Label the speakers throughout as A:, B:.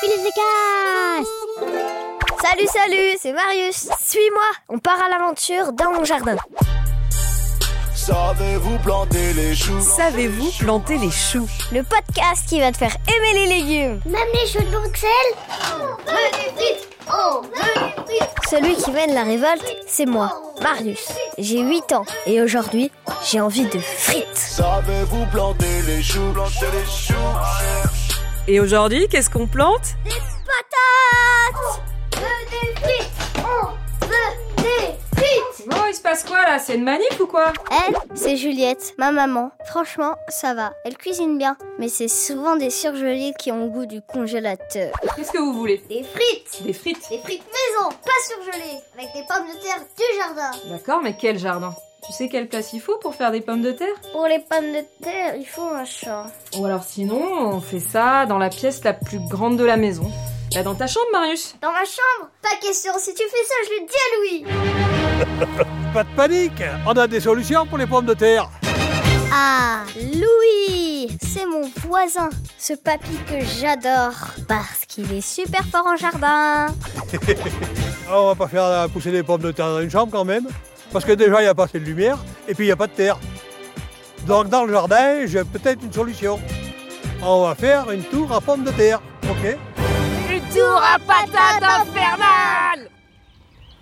A: Philippe Lucas
B: Salut, salut, c'est Marius. Suis-moi, on part à l'aventure dans mon jardin.
C: Savez-vous planter les choux
D: Savez-vous planter les choux
B: Le podcast qui va te faire aimer les légumes.
A: Même les choux de Bruxelles
B: Celui qui mène la révolte, c'est moi, Marius. J'ai 8 ans et aujourd'hui, j'ai envie de frites.
C: Savez-vous planter les choux Planter les choux
D: Et aujourd'hui, qu'est-ce qu'on plante
B: Patates
D: Bon, il se passe quoi là C'est une manip ou quoi
B: Elle, c'est Juliette, ma maman. Franchement, ça va. Elle cuisine bien, mais c'est souvent des surgelés qui ont le goût du congélateur.
D: Qu'est-ce que vous voulez
E: Des frites
D: Des frites
E: Des frites maison, pas surgelées Avec des pommes de terre du jardin
D: D'accord, mais quel jardin Tu sais quelle place il faut pour faire des pommes de terre
B: Pour les pommes de terre, il faut un champ.
D: Ou alors sinon, on fait ça dans la pièce la plus grande de la maison. Là dans ta chambre, Marius
E: Dans ma chambre Pas question, si tu fais ça, je le dis à Louis
F: Pas de panique, on a des solutions pour les pommes de terre.
B: Ah, Louis C'est mon voisin, ce papy que j'adore, parce qu'il est super fort en jardin.
F: On va pas faire euh, pousser des pommes de terre dans une chambre quand même, parce que déjà il n'y a pas assez de lumière et puis il n'y a pas de terre. Donc dans le jardin, j'ai peut-être une solution. On va faire une tour à pommes de terre, ok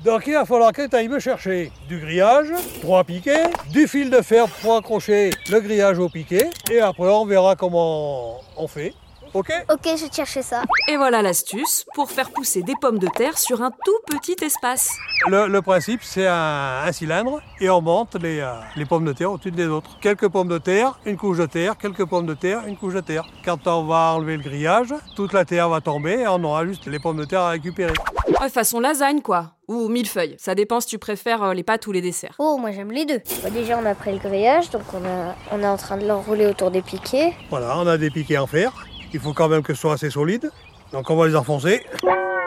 F: Donc il va falloir que tu ailles me chercher du grillage, trois piquets, du fil de fer pour accrocher le grillage au piquet, et après on verra comment on fait, ok
B: Ok, je vais te chercher ça.
G: Et voilà l'astuce pour faire pousser des pommes de terre sur un tout petit espace.
F: Le, le principe, c'est un, un cylindre et on monte les, euh, les pommes de terre au-dessus des autres. Quelques pommes de terre, une couche de terre, quelques pommes de terre, une couche de terre. Quand on va enlever le grillage, toute la terre va tomber et on aura juste les pommes de terre à récupérer.
G: Ouais, façon lasagne quoi, ou millefeuille. Ça dépend si tu préfères euh, les pâtes ou les desserts.
B: Oh, moi j'aime les deux. Bah, déjà, on a pris le grillage, donc on, a- on est en train de l'enrouler autour des piquets.
F: Voilà, on a des piquets en fer. Il faut quand même que ce soit assez solide. Donc on va les enfoncer.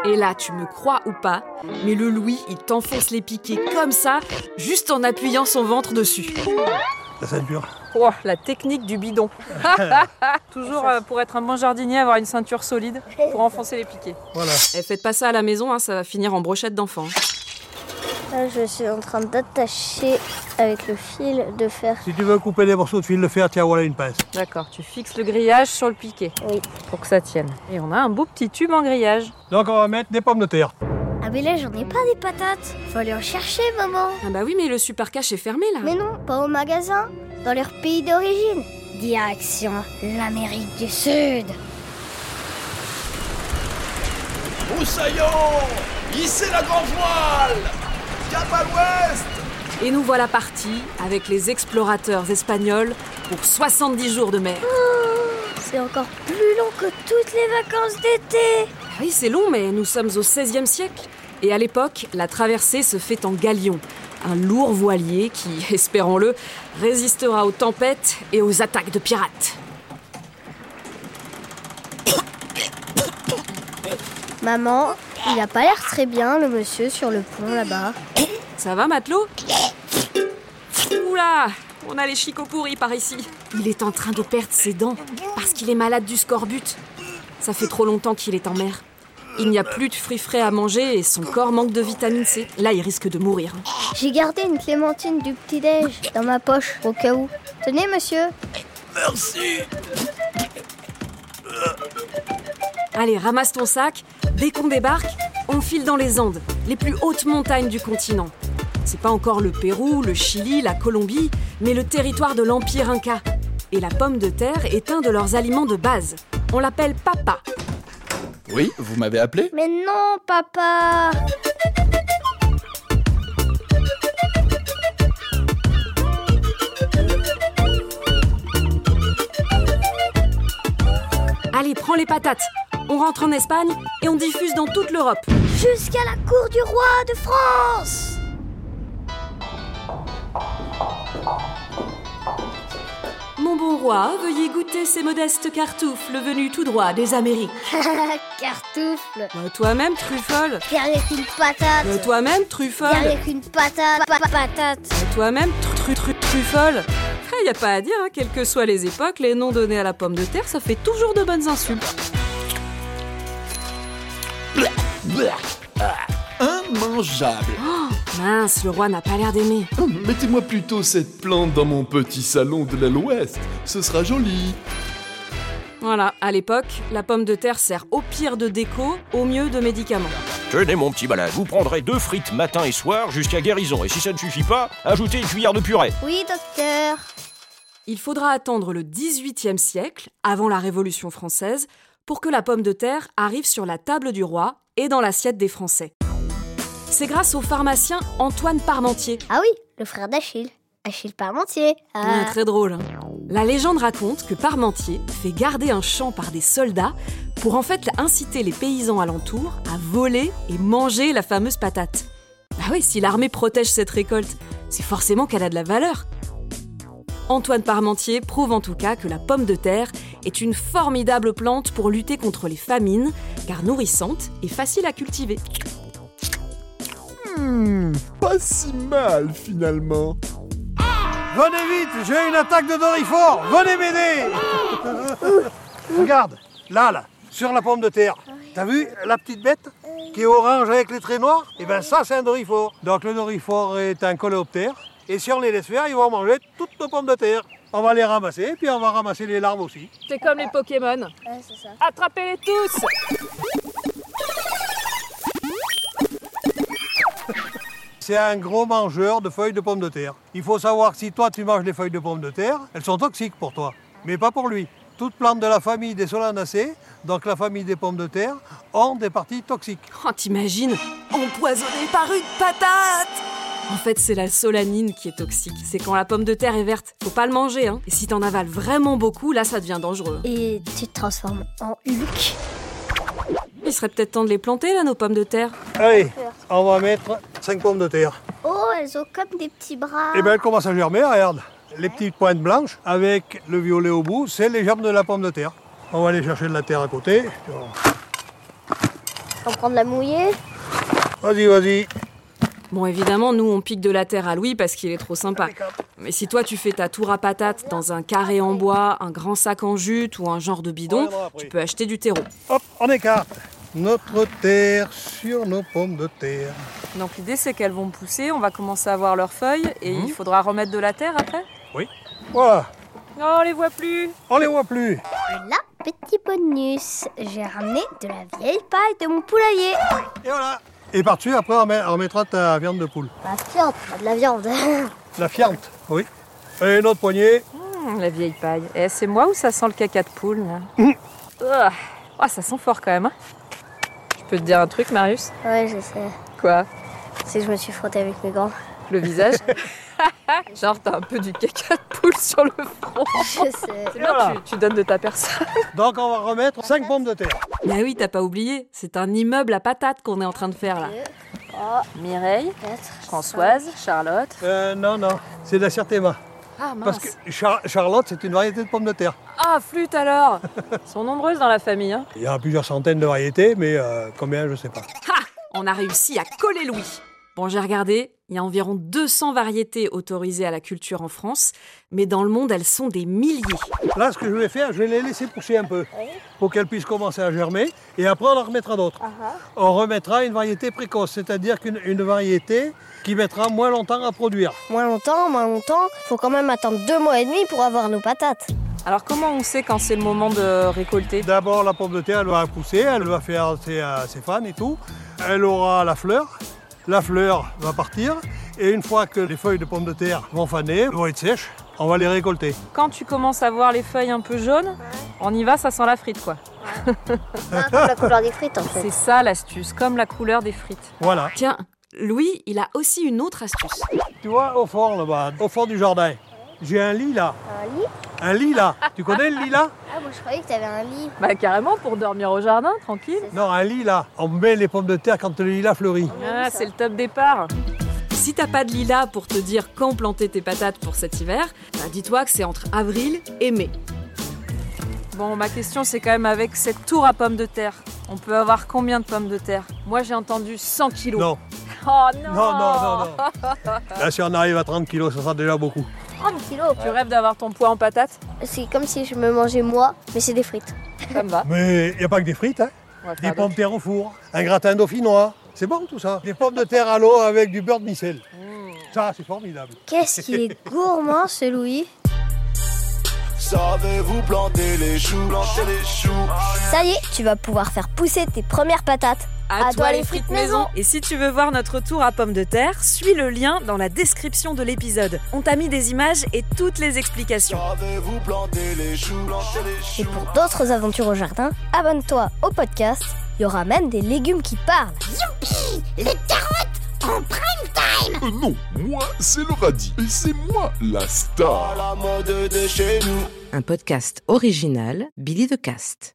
G: Et là, tu me crois ou pas, mais le Louis, il t'enfonce les piquets comme ça, juste en appuyant son ventre dessus.
F: La ceinture.
H: Oh, la technique du bidon. Toujours euh, pour être un bon jardinier, avoir une ceinture solide pour enfoncer les piquets.
F: Voilà.
G: Et Eh, faites pas ça à la maison, hein, ça va finir en brochette d'enfant.
B: Là, je suis en train d'attacher avec le fil de fer.
F: Si tu veux couper des morceaux de fil de fer, tiens, voilà une pince.
H: D'accord, tu fixes le grillage sur le piquet
B: Oui.
H: pour que ça tienne. Et on a un beau petit tube en grillage.
F: Donc on va mettre des pommes de terre.
B: Ah, mais là, j'en ai pas des patates. Faut aller en chercher, maman.
G: Ah bah oui, mais le super cache est fermé là.
B: Mais non, pas au magasin, dans leur pays d'origine. Direction l'Amérique du Sud.
C: Broussaillon Hissez la grande voile Cap à l'ouest
G: Et nous voilà partis avec les explorateurs espagnols pour 70 jours de mer.
B: C'est encore plus long que toutes les vacances d'été.
G: Ah Oui, c'est long, mais nous sommes au XVIe siècle. Et à l'époque, la traversée se fait en galion, un lourd voilier qui, espérons-le, résistera aux tempêtes et aux attaques de pirates.
B: Maman, il a pas l'air très bien, le monsieur sur le pont là-bas.
G: Ça va, matelot Oula On a les chicots pourris par ici. Il est en train de perdre ses dents parce qu'il est malade du scorbut. Ça fait trop longtemps qu'il est en mer. Il n'y a plus de fruits frais à manger et son corps manque de vitamine C. Là, il risque de mourir.
B: J'ai gardé une clémentine du petit-déj dans ma poche, au cas où. Tenez, monsieur.
G: Allez, ramasse ton sac. Dès qu'on débarque, on file dans les Andes, les plus hautes montagnes du continent. C'est pas encore le Pérou, le Chili, la Colombie, mais le territoire de l'Empire Inca. Et la pomme de terre est un de leurs aliments de base. On l'appelle papa.
C: Oui, vous m'avez appelé
B: Mais non, papa.
G: Allez, prends les patates. On rentre en Espagne et on diffuse dans toute l'Europe.
B: Jusqu'à la cour du roi de France.
G: Mon bon roi, veuillez goûter ces modestes cartoufles venus tout droit des Amériques.
B: Cartoufle.
G: Euh, toi-même, truffole.
B: Derrière une patate.
G: Euh, toi-même, truffole.
B: Derrière une patate. Pa- pa- patate.
G: Toi-même, tru tru truffole. Il n'y a pas à dire, hein, quelles que soient les époques, les noms donnés à la pomme de terre, ça fait toujours de bonnes insultes.
I: Ah,
C: Immangeable.
G: Mince, le roi n'a pas l'air d'aimer.
I: Mettez-moi plutôt cette plante dans mon petit salon de l'aile ouest. Ce sera joli.
G: Voilà, à l'époque, la pomme de terre sert au pire de déco, au mieux de médicament.
J: Tenez mon petit malade, vous prendrez deux frites matin et soir jusqu'à guérison. Et si ça ne suffit pas, ajoutez une cuillère de purée.
B: Oui, docteur.
G: Il faudra attendre le XVIIIe siècle, avant la Révolution française, pour que la pomme de terre arrive sur la table du roi et dans l'assiette des Français. C'est grâce au pharmacien Antoine Parmentier.
B: Ah oui, le frère d'Achille. Achille Parmentier.
G: Ouais,
B: Ah.
G: très drôle. hein. La légende raconte que Parmentier fait garder un champ par des soldats pour en fait inciter les paysans alentours à voler et manger la fameuse patate. Bah oui, si l'armée protège cette récolte, c'est forcément qu'elle a de la valeur. Antoine Parmentier prouve en tout cas que la pomme de terre est une formidable plante pour lutter contre les famines, car nourrissante et facile à cultiver.
I: Pas si mal finalement.
F: Venez vite, j'ai une attaque de Dorifort, venez m'aider Regarde, là, là, sur la pomme de terre, t'as vu la petite bête qui est orange avec les traits noirs Eh bien ça, c'est un Dorifort. Donc le Dorifort est un coléoptère, et si on les laisse faire, ils vont manger toutes nos pommes de terre. On va les ramasser, puis on va ramasser les larves aussi.
H: C'est comme les Pokémon. Attrapez-les tous
F: C'est un gros mangeur de feuilles de pommes de terre. Il faut savoir que si toi tu manges des feuilles de pommes de terre, elles sont toxiques pour toi, mais pas pour lui. Toute plante de la famille des solanacées, donc la famille des pommes de terre, ont des parties toxiques.
G: Oh, t'imagines Empoisonné par une patate En fait, c'est la solanine qui est toxique. C'est quand la pomme de terre est verte. Faut pas le manger, hein. Et si t'en avales vraiment beaucoup, là, ça devient dangereux.
B: Et tu te transformes en Hulk.
G: Il serait peut-être temps de les planter, là, nos pommes de terre.
F: Allez, on va mettre 5 pommes de terre. Eh
B: Oh, elles ont comme des petits bras.
F: Et bien, elles commencent à germer, regarde. Les petites pointes blanches avec le violet au bout, c'est les germes de la pomme de terre. On va aller chercher de la terre à côté.
B: On prend de la mouillée.
F: Vas-y, vas-y.
G: Bon, évidemment, nous, on pique de la terre à Louis parce qu'il est trop sympa. Mais si toi, tu fais ta tour à patate dans un carré en bois, un grand sac en jute ou un genre de bidon,
F: On reviendra après.
G: tu peux acheter du terreau.
F: Hop, on écarte. Notre terre sur nos pommes de terre.
H: Donc l'idée c'est qu'elles vont pousser, on va commencer à voir leurs feuilles et
G: Mmh.
H: il faudra remettre de la terre après.
F: Voilà,
H: Non, on les voit plus
F: on les voit plus.
B: Là, petit bonus. J'ai ramené de la vieille paille de mon poulailler.
F: Et voilà. Et par-dessus, après, on, met- on mettra ta viande de poule.
B: La viande, Ah, pas de la viande.
F: La fiante, oui. Et une autre poignée.
H: Hum, La vieille paille. Eh, c'est moi ou ça sent le caca de poule là Ah, Ah, ça sent fort quand même. hein. Je peux te dire un truc Marius
B: ouais, je sais.
H: Quoi
B: C'est que je me suis frottée avec mes gants.
H: Le visage Genre t'as un peu du caca de poule sur le front.
B: Je sais.
H: C'est bien,
F: Voilà.
H: tu, tu donnes de ta personne.
F: Donc, on va remettre 5 pommes de terre.
G: Bah oui, t'as pas oublié, c'est un immeuble à patates qu'on est en train de faire, là.
H: Oh, Mireille,
B: Quatre,
H: Françoise, Charlotte.
F: Euh, non, non, c'est de la Certema.
H: Ah mince.
F: Parce que Char- Charlotte, c'est une variété de pommes de terre.
H: Ah flûte alors Elles sont nombreuses dans la famille. Hein.
F: Il y en a plusieurs centaines de variétés, mais euh, combien, je ne sais pas.
G: on a réussi à coller Louis. Bon, j'ai regardé, il y a environ 200 variétés autorisées à la culture en France, mais dans le monde, elles sont des milliers.
F: Là, ce que je vais faire, je vais les laisser pousser un peu pour qu'elles puissent commencer à germer. Et après, on en remettra
H: Ah,
F: d'autres. On remettra une variété précoce, c'est-à-dire qu'une une variété qui mettra moins longtemps à produire.
B: Moins longtemps, moins longtemps. Faut quand même attendre deux mois et demi pour avoir nos patates.
H: Alors comment on sait quand c'est le moment de récolter
F: D'abord, la pomme de terre, elle va pousser, elle va faire ses, euh, ses fans et tout. Elle aura la fleur. La fleur va partir. Et une fois que les feuilles de pomme de terre vont faner, vont être sèches, on va les récolter.
H: Quand tu commences à voir les feuilles un peu jaunes, on y va, ça sent la frite quoi.
B: la couleur des frites en fait.
H: C'est ça l'astuce, comme la couleur des frites.
F: Voilà.
G: Tiens, Louis, il a aussi une autre astuce.
F: Tu vois, au fond là-bas, au fond du jardin, j'ai un lit là. Un lit là. Tu connais le lit là
B: Ah, moi je croyais que t'avais un lit.
H: Bah carrément pour dormir au jardin, tranquille.
F: Non, un lilas. On met les pommes de terre quand le lilas fleurit.
H: Ah, c'est le top départ.
G: Si t'as pas de lilas pour te dire quand planter tes patates pour cet hiver, bah dis-toi que c'est entre avril et mai.
H: Bon, ma question c'est quand même avec cette tour à pommes de terre. On peut avoir combien de pommes de terre Moi j'ai entendu 100 kilos.
F: Non,
H: Oh non
F: non, non, non, non. Là, si on arrive à 30 kilos, ça sera déjà beaucoup.
B: 30 kilos.
H: Tu rêves d'avoir ton poids en patates
B: C'est comme si je me mangeais moi, mais c'est des frites.
H: Ça me va.
F: Mais il n'y a pas que des frites, hein
H: On va
F: des
H: faire
F: pommes de terre au four, un gratin dauphinois. C'est bon tout ça. Des pommes de terre à l'eau avec du beurre de micelle.
H: Mmh.
F: Ça, c'est formidable.
B: Qu'est-ce qu'il est gourmand ce Louis
C: Savez-vous planter les choux, planter les choux
B: Ça y est, tu vas pouvoir faire pousser tes premières patates.
G: À, toi, les frites, maison. Et si tu veux voir notre tour à pommes de terre, suis le lien dans la description de l'épisode. On t'a mis des images et toutes les explications.
C: Savez-vous planter les choux, planter les
B: Et
C: choux
B: pour d'autres aventures au jardin, abonne-toi au podcast. Il y aura même des légumes qui parlent.
A: Les carottes en prime time
I: Euh, non, moi, c'est le radis. Et c'est moi, la star.
C: À la mode de chez nous
K: Un podcast original Billy de Cast.